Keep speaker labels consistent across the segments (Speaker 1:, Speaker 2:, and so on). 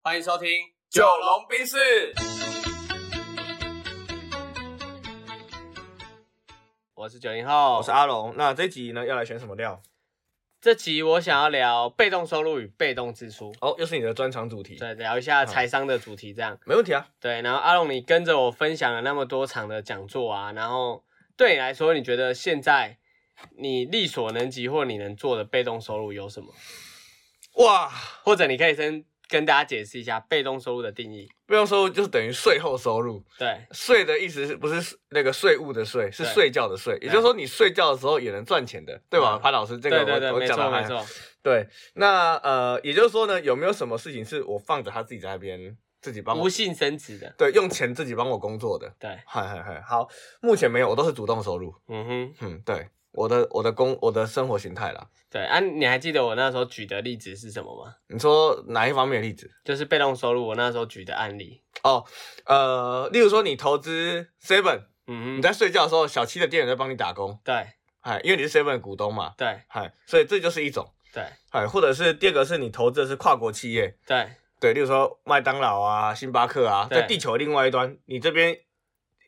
Speaker 1: 欢迎收听《
Speaker 2: 九龙冰室。
Speaker 1: 我是九零后，
Speaker 2: 我是阿龙。那这集呢，要来选什么料？
Speaker 1: 这集我想要聊被动收入与被动支出，
Speaker 2: 哦，又是你的专场主题，
Speaker 1: 对，聊一下财商的主题这样。
Speaker 2: 没问题啊。
Speaker 1: 对，然后阿龙，你跟着我分享了那么多场的讲座啊，然后对你来说，你觉得现在你力所能及或你能做的被动收入有什么？
Speaker 2: 哇，
Speaker 1: 或者你可以先跟大家解释一下被动收入的定义。
Speaker 2: 不用收入就是等于税后收入。
Speaker 1: 对，
Speaker 2: 税的意思是不是那个税务的税，是
Speaker 1: 对
Speaker 2: 睡觉的睡，也就是说你睡觉的时候也能赚钱的，对吧？
Speaker 1: 嗯
Speaker 2: 潘老师，这个
Speaker 1: 对对
Speaker 2: 我
Speaker 1: 对，
Speaker 2: 我
Speaker 1: 没
Speaker 2: 讲
Speaker 1: 错
Speaker 2: 的
Speaker 1: 没
Speaker 2: 还
Speaker 1: 错，
Speaker 2: 对。那呃，也就是说呢，有没有什么事情是我放着他自己在那边自己帮
Speaker 1: 无
Speaker 2: 我？
Speaker 1: 性生殖的。
Speaker 2: 对，用钱自己帮我工作的，
Speaker 1: 对，
Speaker 2: 嗨嗨嗨，好，目前没有，我都是主动收入，
Speaker 1: 嗯哼，
Speaker 2: 嗯，对，我的我的工我的生活形态啦，
Speaker 1: 对啊，你还记得我那时候举的例子是什么吗？
Speaker 2: 你说哪一方面的例子？
Speaker 1: 就是被动收入，我那时候举的案例。
Speaker 2: 哦，呃，例如说你投资 Seven，
Speaker 1: 嗯
Speaker 2: 你
Speaker 1: 哼，
Speaker 2: 在睡觉的时候，小七的店员在帮你打工，
Speaker 1: 对
Speaker 2: 哎，因为你是 Seven 股东嘛，
Speaker 1: 对
Speaker 2: 哎，所以这就是一种，
Speaker 1: 对
Speaker 2: 哎，或者是第二个是你投资的是跨国企业，
Speaker 1: 对
Speaker 2: 对，例如说麦当劳啊、星巴克啊，
Speaker 1: 对
Speaker 2: 在地球另外一端，你这边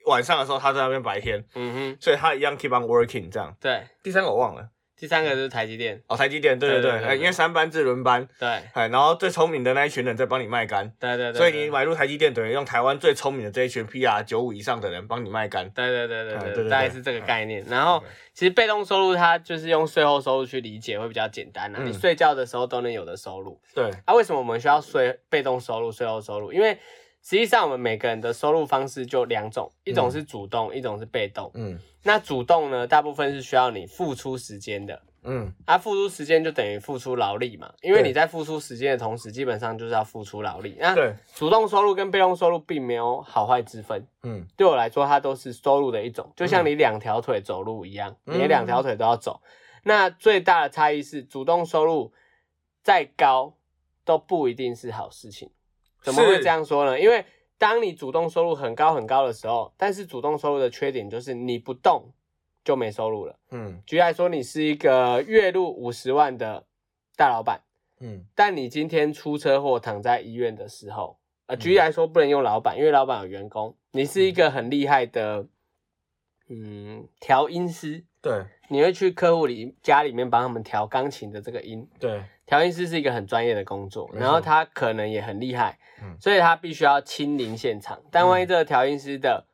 Speaker 2: 晚上的时候，他在那边白天，
Speaker 1: 嗯哼，
Speaker 2: 所以他一样 keep on working 这样。
Speaker 1: 对。
Speaker 2: 第三个我忘了，
Speaker 1: 第三个就是台积电，
Speaker 2: 哦，台积电，对对
Speaker 1: 对
Speaker 2: 对，
Speaker 1: 对对
Speaker 2: 哎
Speaker 1: 对
Speaker 2: 因为三班制轮班，
Speaker 1: 对
Speaker 2: 哎，然后最聪明的那一群人在帮你卖干。
Speaker 1: 对对对，
Speaker 2: 所以
Speaker 1: 对
Speaker 2: 你买入台积电，等于用台湾最聪明的这一群 PR 九五以上的人帮你卖干。
Speaker 1: 对对对
Speaker 2: 哎
Speaker 1: 对
Speaker 2: 对
Speaker 1: 对，
Speaker 2: 对
Speaker 1: 大概
Speaker 2: 对
Speaker 1: 是这个
Speaker 2: 哎
Speaker 1: 概念。然后
Speaker 2: 对
Speaker 1: 其实被动收入它就是用税后收入去理解会比较简单啊啦，你
Speaker 2: 嗯
Speaker 1: 睡觉的时候都能有的收入。
Speaker 2: 对，
Speaker 1: 啊，为什么我们需要税被动收入、税后收入？因为实际上我们每个人的收入方式就两种，一种
Speaker 2: 嗯
Speaker 1: 是主动，一种是被动。
Speaker 2: 嗯
Speaker 1: 那主动呢，大部分是需要你付出时间的。
Speaker 2: 嗯，
Speaker 1: 啊，付出时间就等于付出劳力嘛，因为
Speaker 2: 对
Speaker 1: 你在付出时间的同时，基本上就是要付出劳力。那
Speaker 2: 对，
Speaker 1: 主动收入跟被动收入并没有好坏之分，
Speaker 2: 嗯
Speaker 1: 对我来说，它都是收入的一种，就像你两条腿走路一样，
Speaker 2: 嗯
Speaker 1: 你两条腿都要走。那最大的差异是，主动收入再高都不一定是好事情。怎么会
Speaker 2: 是
Speaker 1: 这样说呢？因为当你主动收入很高很高的时候，但是主动收入的缺点就是你不动就没收入了。
Speaker 2: 嗯
Speaker 1: 举例来说，你是一个月入五十万的大老板，
Speaker 2: 嗯
Speaker 1: 但你今天出车祸躺在医院的时候，呃，举例来说，不能用老板，因为老板有员工。你是一个很厉害的，嗯，调音师，
Speaker 2: 对
Speaker 1: 你会去客户里家里面帮他们调钢琴的这个音。
Speaker 2: 对
Speaker 1: 调音师是一个很专业的工作，
Speaker 2: 没错
Speaker 1: 然后他可能也很厉害，
Speaker 2: 嗯
Speaker 1: 所以他必须要亲临现场。但万一这个调音师的、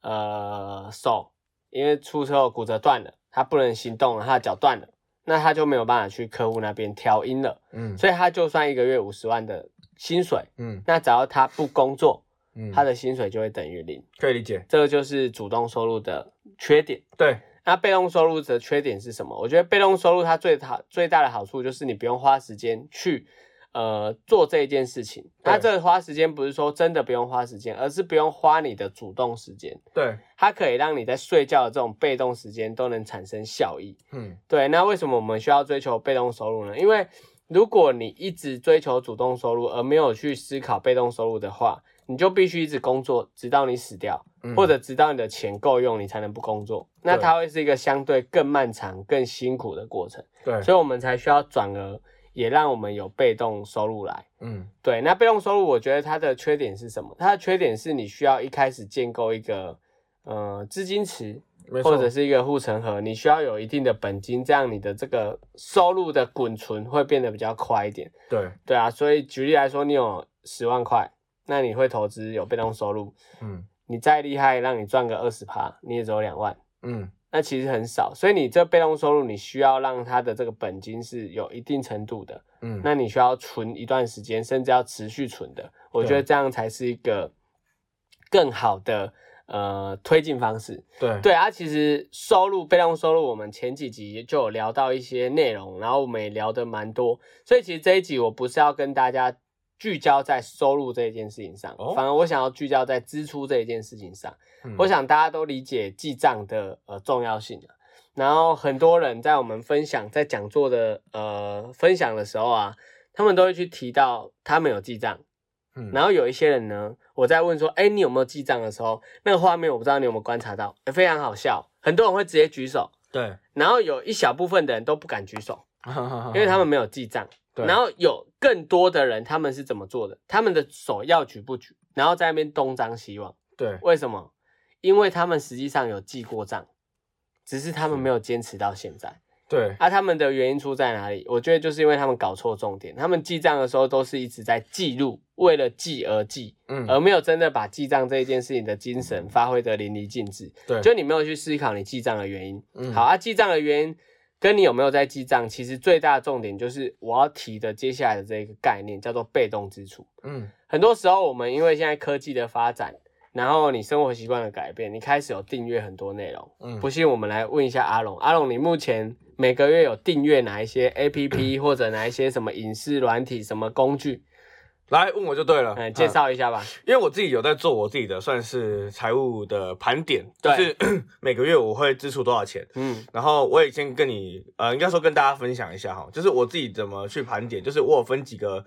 Speaker 1: 呃手因为出车祸骨折断了，他不能行动了，他的脚断了，那他就没有办法去客户那边调音了。
Speaker 2: 嗯
Speaker 1: 所以他就算一个月五十万的薪水，
Speaker 2: 嗯
Speaker 1: 那只要他不工作，
Speaker 2: 嗯，
Speaker 1: 他的薪水就会等于零。
Speaker 2: 可以理解。
Speaker 1: 这个就是主动收入的缺点。
Speaker 2: 对，
Speaker 1: 那被动收入的缺点是什么？我觉得被动收入它最好最大的好处就是你不用花时间去呃做这一件事情。
Speaker 2: 对
Speaker 1: 那这个花时间不是说真的不用花时间，而是不用花你的主动时间，
Speaker 2: 对，
Speaker 1: 它可以让你在睡觉的这种被动时间都能产生效益。
Speaker 2: 嗯
Speaker 1: 对，那为什么我们需要追求被动收入呢？因为如果你一直追求主动收入，而没有去思考被动收入的话，你就必须一直工作，直到你死掉，
Speaker 2: 嗯
Speaker 1: 或者直到你的钱够用，你才能不工作。那
Speaker 2: 对
Speaker 1: 它会是一个相对更漫长、更辛苦的过程，
Speaker 2: 对，
Speaker 1: 所以我们才需要转而也让我们有被动收入来。
Speaker 2: 嗯
Speaker 1: 对，那被动收入，我觉得它的缺点是什么？它的缺点是你需要一开始建构一个呃资金池，
Speaker 2: 没
Speaker 1: 或
Speaker 2: 错，
Speaker 1: 者是一个护城河，你需要有一定的本金，这样你的这个收入的滚存会变得比较快一点。
Speaker 2: 对，
Speaker 1: 对啊，所以举例来说，你有十万块，那你会投资有被动收入，
Speaker 2: 嗯
Speaker 1: 你再厉害，让你赚个二十趴，你也只有两万，
Speaker 2: 嗯
Speaker 1: 那其实很少。所以你这被动收入，你需要让它的这个本金是有一定程度的，
Speaker 2: 嗯，
Speaker 1: 那你需要存一段时间，甚至要持续存的。我觉得
Speaker 2: 对
Speaker 1: 这样才是一个更好的呃推进方式。
Speaker 2: 对
Speaker 1: 对啊，其实收入被动收入，我们前几集就有聊到一些内容，然后我们也聊得蛮多，所以其实这一集我不是要跟大家聚焦在收入这一件事情上，
Speaker 2: 哦
Speaker 1: 反而我想要聚焦在支出这一件事情上。
Speaker 2: 嗯
Speaker 1: 我想大家都理解记账的呃重要性啊，然后很多人在我们分享在讲座的呃分享的时候啊，他们都会去提到他们有记账，
Speaker 2: 嗯
Speaker 1: 然后有一些人呢，我在问说，哎，你有没有记账的时候，那个画面我不知道你有没有观察到，诶非常好笑，很多人会直接举手，
Speaker 2: 对，
Speaker 1: 然后有一小部分的人都不敢举手，
Speaker 2: 因
Speaker 1: 因为他们没有记账。
Speaker 2: 哦对
Speaker 1: 然后有更多的人他们是怎么做的？他们的手要举不举，然后在那边东张西望。
Speaker 2: 对，
Speaker 1: 为什么？因为他们实际上有记过账，只是他们没有坚持到现在。
Speaker 2: 对，
Speaker 1: 啊，他们的原因出在哪里？我觉得就是因为他们搞错重点。他们记账的时候都是一直在记录，为了记而记，
Speaker 2: 嗯，
Speaker 1: 而没有真的把记账这一件事情的精神发挥得淋漓尽致。
Speaker 2: 对，
Speaker 1: 就你没有去思考你记账的原因。
Speaker 2: 嗯
Speaker 1: 好啊，记账的原因跟你有没有在记账，其实最大的重点就是我要提的接下来的这个概念叫做被动支出。
Speaker 2: 嗯，
Speaker 1: 很多时候，我们因为现在科技的发展，然后你生活习惯的改变，你开始有订阅很多内容。
Speaker 2: 嗯，
Speaker 1: 不信，我们来问一下阿龙。阿龙，你目前每个月有订阅哪一些 APP 或者哪一些什么影视软体、什么工具？
Speaker 2: 来问我就对了。啊
Speaker 1: 嗯，介绍一下吧。
Speaker 2: 因为我自己有在做我自己的算是财务的盘点，就
Speaker 1: 对
Speaker 2: 是 每个月我会支出多少钱。
Speaker 1: 嗯
Speaker 2: 然后我也先跟你，呃，应该说跟大家分享一下哈，就是我自己怎么去盘点，就是我有分几个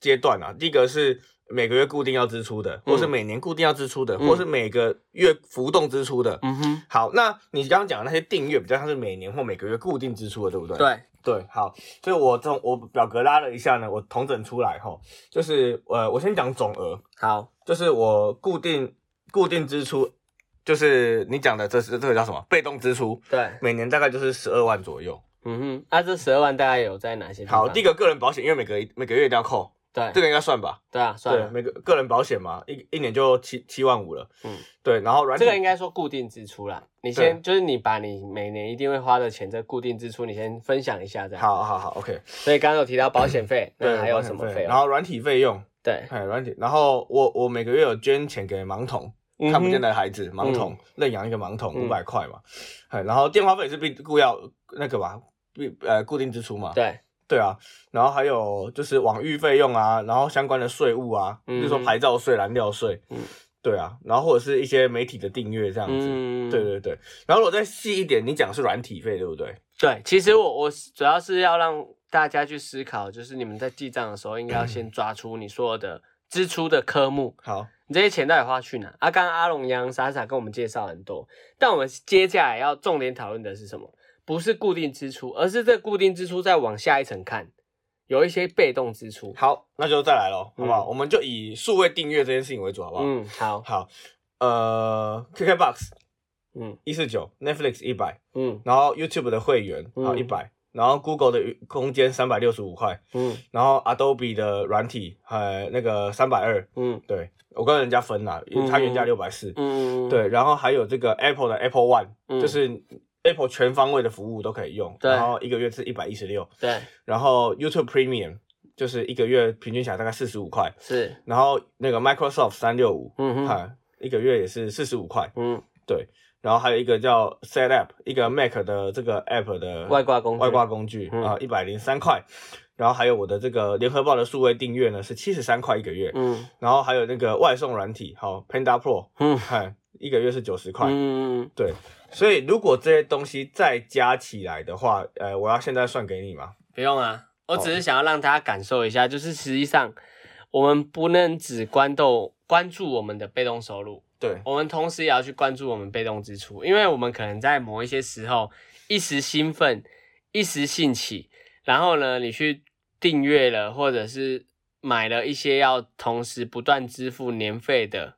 Speaker 2: 阶段啊。第一个是每个月固定要支出的，或是每年固定要支出的，
Speaker 1: 嗯
Speaker 2: 或是每个月浮动支出的。
Speaker 1: 嗯哼，
Speaker 2: 好，那你刚刚讲的那些订阅比较像是每年或每个月固定支出的，对不对？
Speaker 1: 对，
Speaker 2: 对，好，所以我从我表格拉了一下呢，我统整出来哈，就是呃，我先讲总额，
Speaker 1: 好，
Speaker 2: 就是我固定固定支出，就是你讲的这是这个叫什么被动支出，
Speaker 1: 对，
Speaker 2: 每年大概就是十二万左右。
Speaker 1: 嗯哼，啊，这十二万大概有在哪些地方？
Speaker 2: 好，第一个个人保险，因为每个每个月一定要扣，
Speaker 1: 对
Speaker 2: 这个应该算吧？
Speaker 1: 对啊，算
Speaker 2: 对，
Speaker 1: 了，
Speaker 2: 每个个人保险嘛，一一年就七七万五了。
Speaker 1: 嗯，
Speaker 2: 对，然后软
Speaker 1: 这
Speaker 2: 体
Speaker 1: 个应该说固定支出啦。你先就是你把你每年一定会花的钱，这固定支出你先分享一下，这样。
Speaker 2: 好好好，OK。
Speaker 1: 所以刚刚有提到保险费，
Speaker 2: 对，
Speaker 1: 那还有什
Speaker 2: 保
Speaker 1: 么
Speaker 2: 险
Speaker 1: 费
Speaker 2: 然
Speaker 1: 用？
Speaker 2: 后软体费用，
Speaker 1: 对，
Speaker 2: 哎，软体，然后我我每个月有捐钱给盲童，
Speaker 1: 嗯哼
Speaker 2: 看不见的孩子，盲童认养一个盲童
Speaker 1: 嗯
Speaker 2: 五百块嘛，哎，然后电话费也是必固要那个吧，必呃固定支出嘛，
Speaker 1: 对，
Speaker 2: 对啊，然后还有就是网域费用啊，然后相关的税务啊，比
Speaker 1: 嗯
Speaker 2: 如说牌照税、燃料税
Speaker 1: 嗯，
Speaker 2: 对啊，然后或者是一些媒体的订阅这样子，
Speaker 1: 嗯，
Speaker 2: 对对对，然后我再细一点，你讲的是软体费对不对？
Speaker 1: 对，其实我我主要是要让大家去思考，就是你们在记账的时候，应该要
Speaker 2: 嗯
Speaker 1: 先抓出你所有的支出的科目，
Speaker 2: 好，
Speaker 1: 你这些钱到底花去哪？啊，刚刚阿龙、杨傻傻跟我们介绍很多，但我们接下来要重点讨论的是什么？不是固定支出，而是这固定支出再往下一层看，有一些被动支出。
Speaker 2: 好，那就再来咯，好不好？
Speaker 1: 嗯
Speaker 2: 我们就以数位订阅这件事情为主，好不好？
Speaker 1: 嗯，好，
Speaker 2: 好，呃，KKBox
Speaker 1: 嗯
Speaker 2: 一四九，Netflix 一百，
Speaker 1: 嗯
Speaker 2: 然后 YouTube 的会员
Speaker 1: 嗯
Speaker 2: 啊一百，然后 Google 的空间三百六十五块，
Speaker 1: 嗯
Speaker 2: 然后 Adobe 的软体呃那个三百二，
Speaker 1: 嗯
Speaker 2: 对我跟人家分啦，因为它原价六百四，
Speaker 1: 嗯，
Speaker 2: 对，然后还有这个 Apple 的 Apple One，
Speaker 1: 嗯
Speaker 2: 就是 Apple 全方位的服务都可以用，
Speaker 1: 对
Speaker 2: 然后一个月是一百一十六，
Speaker 1: 对，
Speaker 2: 然后 YouTube Premium 就是一个月平均起来大概四十五块，
Speaker 1: 是，
Speaker 2: 然后那个 Microsoft 三六五，
Speaker 1: 嗯哼，
Speaker 2: 看一个月也是四十五块。
Speaker 1: 嗯，
Speaker 2: 然后还有一个叫 Set App，一个 Mac 的这个 App 的
Speaker 1: 外挂工具
Speaker 2: 外挂工具
Speaker 1: 嗯
Speaker 2: 啊，一百零三块。然后还有我的这个联合报的数位订阅呢是七十三块一个月，
Speaker 1: 嗯
Speaker 2: 然后还有那个外送软体，好、Panda Pro，
Speaker 1: 嗯
Speaker 2: 嗨，一个月是九十块。
Speaker 1: 嗯，
Speaker 2: 对，所以如果这些东西再加起来的话，呃，我要现在算给你吗？
Speaker 1: 不用啊，我只是想要让大家感受一下，就是实际上我们不能只关注关注我们的被动收入，
Speaker 2: 对，
Speaker 1: 我们同时也要去关注我们被动支出，因为我们可能在某一些时候一时兴奋、一时兴起，然后呢，你去订阅了，或者是买了一些要同时不断支付年费的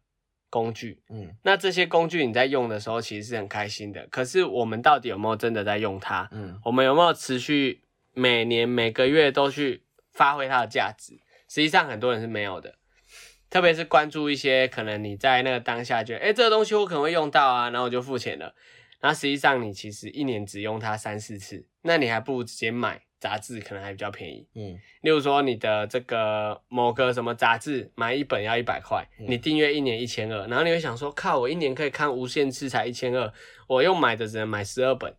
Speaker 1: 工具。
Speaker 2: 嗯
Speaker 1: 那这些工具你在用的时候其实是很开心的，可是我们到底有没有真的在用它？
Speaker 2: 嗯，
Speaker 1: 我们有没有持续每年每个月都去发挥它的价值？实际上很多人是没有的，特别是关注一些可能你在那个当下觉得，哎、这个东西我可能会用到啊，然后我就付钱了。然后实际上你其实一年只用它三四次，那你还不如直接买杂志，可能还比较便宜。
Speaker 2: 嗯
Speaker 1: 例如说你的这个某个什么杂志，买一本要一百块，
Speaker 2: 嗯
Speaker 1: 你订阅一年一千二，然后你会想说，靠，我一年可以看无限次才一千二，我用买的只能买十二本，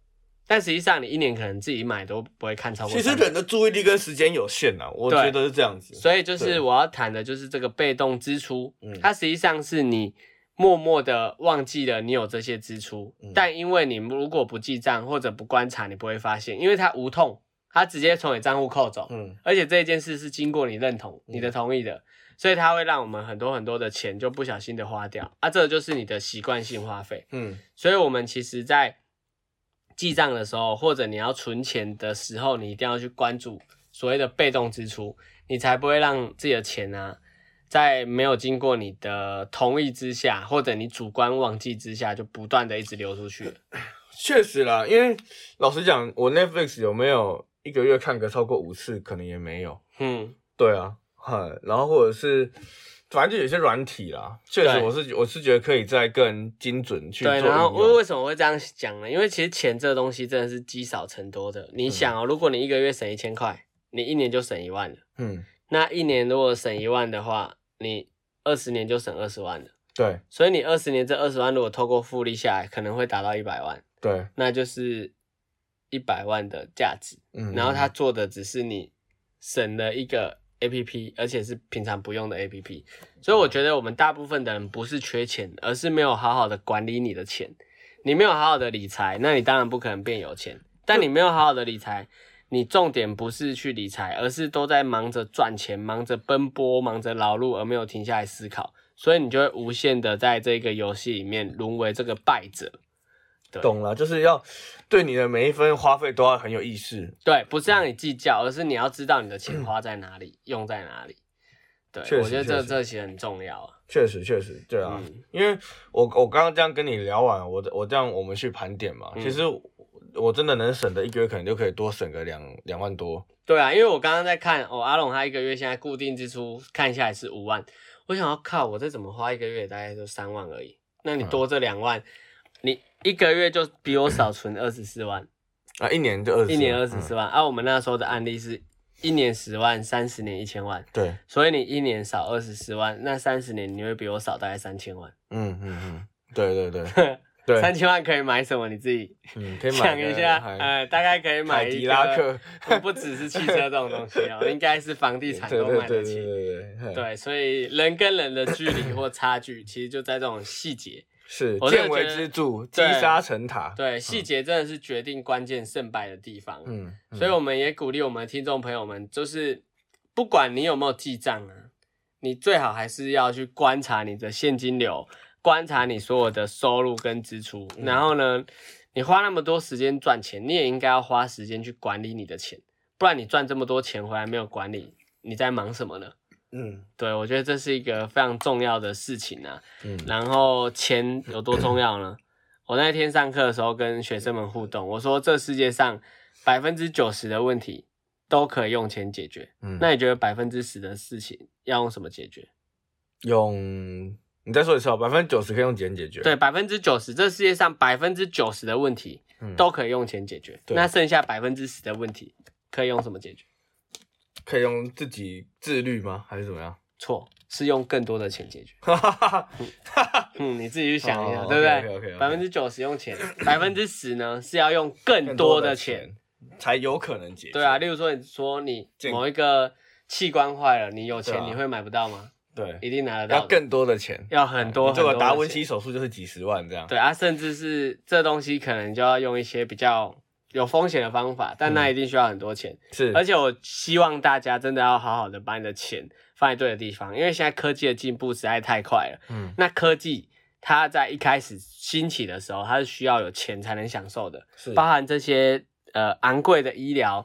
Speaker 1: 但实际上你一年可能自己买都不会看超过30。
Speaker 2: 其实人的注意力跟时间有限啊，我
Speaker 1: 对
Speaker 2: 觉得是这样子。
Speaker 1: 所以就
Speaker 2: 对
Speaker 1: 是我要谈的就是这个被动支出，
Speaker 2: 嗯
Speaker 1: 它实际上是你默默的忘记了你有这些支出，
Speaker 2: 嗯
Speaker 1: 但因为你如果不记账或者不观察，你不会发现，因为它无痛，它直接从你账户扣走，
Speaker 2: 嗯
Speaker 1: 而且这一件事是经过你认同、你的同意的，所以它会让我们很多很多的钱就不小心的花掉啊，这就是你的习惯性花费。
Speaker 2: 嗯
Speaker 1: 所以我们其实，在记账的时候，或者你要存钱的时候，你一定要去关注所谓的被动支出，你才不会让自己的钱啊，在没有经过你的同意之下，或者你主观忘记之下，就不断的一直流出去了。
Speaker 2: 确实啦，因为老实讲，我 Netflix 有没有一个月看个超过五次，可能也没有。
Speaker 1: 嗯，
Speaker 2: 对啊，哼，然后或者是，反正就有些软体啦，确实
Speaker 1: 对
Speaker 2: 我是我是觉得可以再更精准去做
Speaker 1: 对。
Speaker 2: 应
Speaker 1: 然后
Speaker 2: 用。
Speaker 1: 为为什么会这样讲呢？因为其实钱这东西真的是积少成多的。你想哦，如果你一个月省一千块，你一年就省一万了。
Speaker 2: 嗯，
Speaker 1: 那一年如果省一万的话，你二十年就省二十万了。
Speaker 2: 对
Speaker 1: 所以你二十年这二十万，如果透过复利下来，可能会达到一百万，
Speaker 2: 对，
Speaker 1: 那就是一百万的价值。
Speaker 2: 嗯。
Speaker 1: 然后他做的只是你省了一个 A P P，而且是平常不用的 A P P。所以我觉得我们大部分的人不是缺钱，而是没有好好的管理你的钱。你没有好好的理财，那你当然不可能变有钱。但你没有好好的理财，你重点不是去理财，而是都在忙着赚钱、忙着奔波、忙着劳碌，而没有停下来思考。所以你就会无限的在这个游戏里面沦为这个败者。
Speaker 2: 懂了，就是要对你的每一分花费都要很有意识。
Speaker 1: 对，不是让你计较，而是你要知道你的钱花在哪里，用在哪里。对
Speaker 2: 确，实
Speaker 1: 我觉得
Speaker 2: 确
Speaker 1: 这
Speaker 2: 实
Speaker 1: 这些很重要啊。
Speaker 2: 确实，确实，对啊，
Speaker 1: 嗯
Speaker 2: 因为我我刚刚这样跟你聊完，我的我这样我们去盘点嘛，
Speaker 1: 嗯
Speaker 2: 其实我我真的能省的一个月可能就可以多省个两两万多，
Speaker 1: 对啊，因为我刚刚在看哦，阿龙他一个月现在固定支出看下来是五万，我想要靠我这怎么花一个月大概就三万而已，那你
Speaker 2: 嗯
Speaker 1: 多这两万，你一个月就比我少存二十四万，
Speaker 2: 啊，一年就二十，
Speaker 1: 一年二十
Speaker 2: 嗯
Speaker 1: 四万。啊，我们那时候的案例是一年十万，三十年一千万，
Speaker 2: 对，
Speaker 1: 所以你一年少二十四万，那三十年你会比我少大概三千万，
Speaker 2: 嗯嗯嗯，对对对 对，
Speaker 1: 三千万可以买什么？你自己
Speaker 2: 嗯，可以买
Speaker 1: 想
Speaker 2: 个
Speaker 1: 一下，
Speaker 2: 还
Speaker 1: 呃，大概可以买
Speaker 2: 凯
Speaker 1: 一
Speaker 2: 迪
Speaker 1: 个
Speaker 2: 拉克，
Speaker 1: 不不只是汽车这种东西 哦，应该是房地产
Speaker 2: 对
Speaker 1: 都
Speaker 2: 对
Speaker 1: 买
Speaker 2: 对
Speaker 1: 得
Speaker 2: 对对
Speaker 1: 起。
Speaker 2: 对对，嘿
Speaker 1: 对，所以人跟人的距离或差距，其实就在这种细节。
Speaker 2: 是
Speaker 1: 我真的
Speaker 2: 见微
Speaker 1: 觉得
Speaker 2: 知著，积
Speaker 1: 对
Speaker 2: 沙成塔，
Speaker 1: 对，细节真的是决定关键胜败的地方。
Speaker 2: 嗯，嗯，
Speaker 1: 所以我们也鼓励我们的听众朋友们，就是不管你有没有记账啊，你最好还是要去观察你的现金流，观察你所有的收入跟支出。然后呢，你花那么多时间赚钱，你也应该要花时间去管理你的钱，不然你赚这么多钱回来没有管理，你在忙什么呢？
Speaker 2: 嗯
Speaker 1: 对，我觉得这是一个非常重要的事情啊。
Speaker 2: 嗯
Speaker 1: 然后钱有多重要 呢？我那天上课的时候跟学生们互动，我说这世界上百分之九十的问题都可以用钱解决。
Speaker 2: 嗯，
Speaker 1: 那你觉得百分之十的事情要用什么解决？
Speaker 2: 用你再说一次哦，百分之九十可以用钱解决，
Speaker 1: 对，百分之九十，这世界上百分之九十的问题
Speaker 2: 嗯，
Speaker 1: 都可以用钱解决。
Speaker 2: 对
Speaker 1: 那剩下百分之十的问题可以用什么解决？
Speaker 2: 可以用自己自律吗？还是怎么样？
Speaker 1: 错，是用更多的钱解决。
Speaker 2: 哈哈哈哈哈，
Speaker 1: 嗯，你自己去想一下，
Speaker 2: 哦
Speaker 1: 对不对？
Speaker 2: OK，OK，OK，OK
Speaker 1: 百分之九十用钱，百分之十呢是要用更多的钱。
Speaker 2: 才有可能解决。
Speaker 1: 对啊，，例如说你说你
Speaker 2: 健
Speaker 1: 某一个器官坏了，你有
Speaker 2: 对
Speaker 1: 钱
Speaker 2: 啊
Speaker 1: 你会买不到吗？
Speaker 2: 对，
Speaker 1: 一定拿得到
Speaker 2: 要
Speaker 1: 的，
Speaker 2: 更多的钱，
Speaker 1: 要很多
Speaker 2: 你做
Speaker 1: 很
Speaker 2: 个
Speaker 1: 多
Speaker 2: 达
Speaker 1: 的
Speaker 2: 文
Speaker 1: 钱
Speaker 2: 西手术就是几十万这样。
Speaker 1: 对啊，甚至是这东西可能就要用一些比较有风险的方法，但那一定需要很多钱。
Speaker 2: 嗯是，
Speaker 1: 而且我希望大家真的要好好的把你的钱放在对的地方，因为现在科技的进步实在太快了。
Speaker 2: 嗯，
Speaker 1: 那科技它在一开始兴起的时候，它是需要有钱才能享受的。
Speaker 2: 是
Speaker 1: 包含这些呃昂贵的医疗、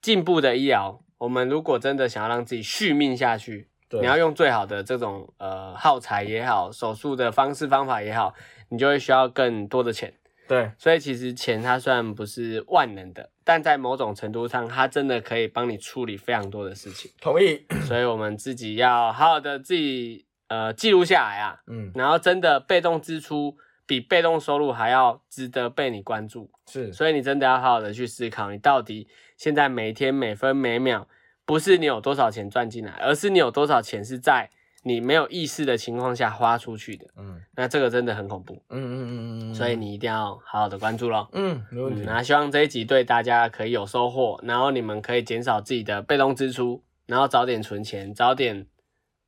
Speaker 1: 进步的医疗，我们如果真的想要让自己续命下去，
Speaker 2: 对
Speaker 1: 你要用最好的这种呃耗材也好，手术的方式方法也好，你就会需要更多的钱。
Speaker 2: 对
Speaker 1: 所以其实钱它虽然不是万能的，但在某种程度上，它真的可以帮你处理非常多的事情。
Speaker 2: 同意。
Speaker 1: 所以我们自己要好好的自己呃记录下来啊，
Speaker 2: 嗯，
Speaker 1: 然后真的被动支出比被动收入还要值得被你关注。
Speaker 2: 是
Speaker 1: 所以你真的要好好的去思考，你到底现在每天每分每秒，不是你有多少钱赚进来，而是你有多少钱是在你没有意识的情况下花出去的。
Speaker 2: 嗯
Speaker 1: 那这个真的很恐怖，
Speaker 2: 嗯嗯嗯嗯，
Speaker 1: 所以你一定要好好的关注咯。
Speaker 2: 嗯没问
Speaker 1: 嗯，
Speaker 2: 题。
Speaker 1: 那希望这一集对大家可以有收获，然后你们可以减少自己的被动支出，然后早点存钱，早点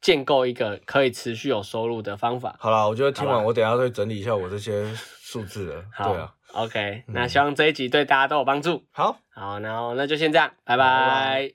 Speaker 1: 建构一个可以持续有收入的方法。
Speaker 2: 好了，我觉得听
Speaker 1: 好
Speaker 2: 完
Speaker 1: 吧
Speaker 2: 我等一下会整理一下我这些数字的。
Speaker 1: 好、
Speaker 2: 对啊，
Speaker 1: o k
Speaker 2: 嗯
Speaker 1: 那希望这一集对大家都有帮助。
Speaker 2: 好。
Speaker 1: 好，然后那就先这样，拜
Speaker 2: 拜
Speaker 1: 拜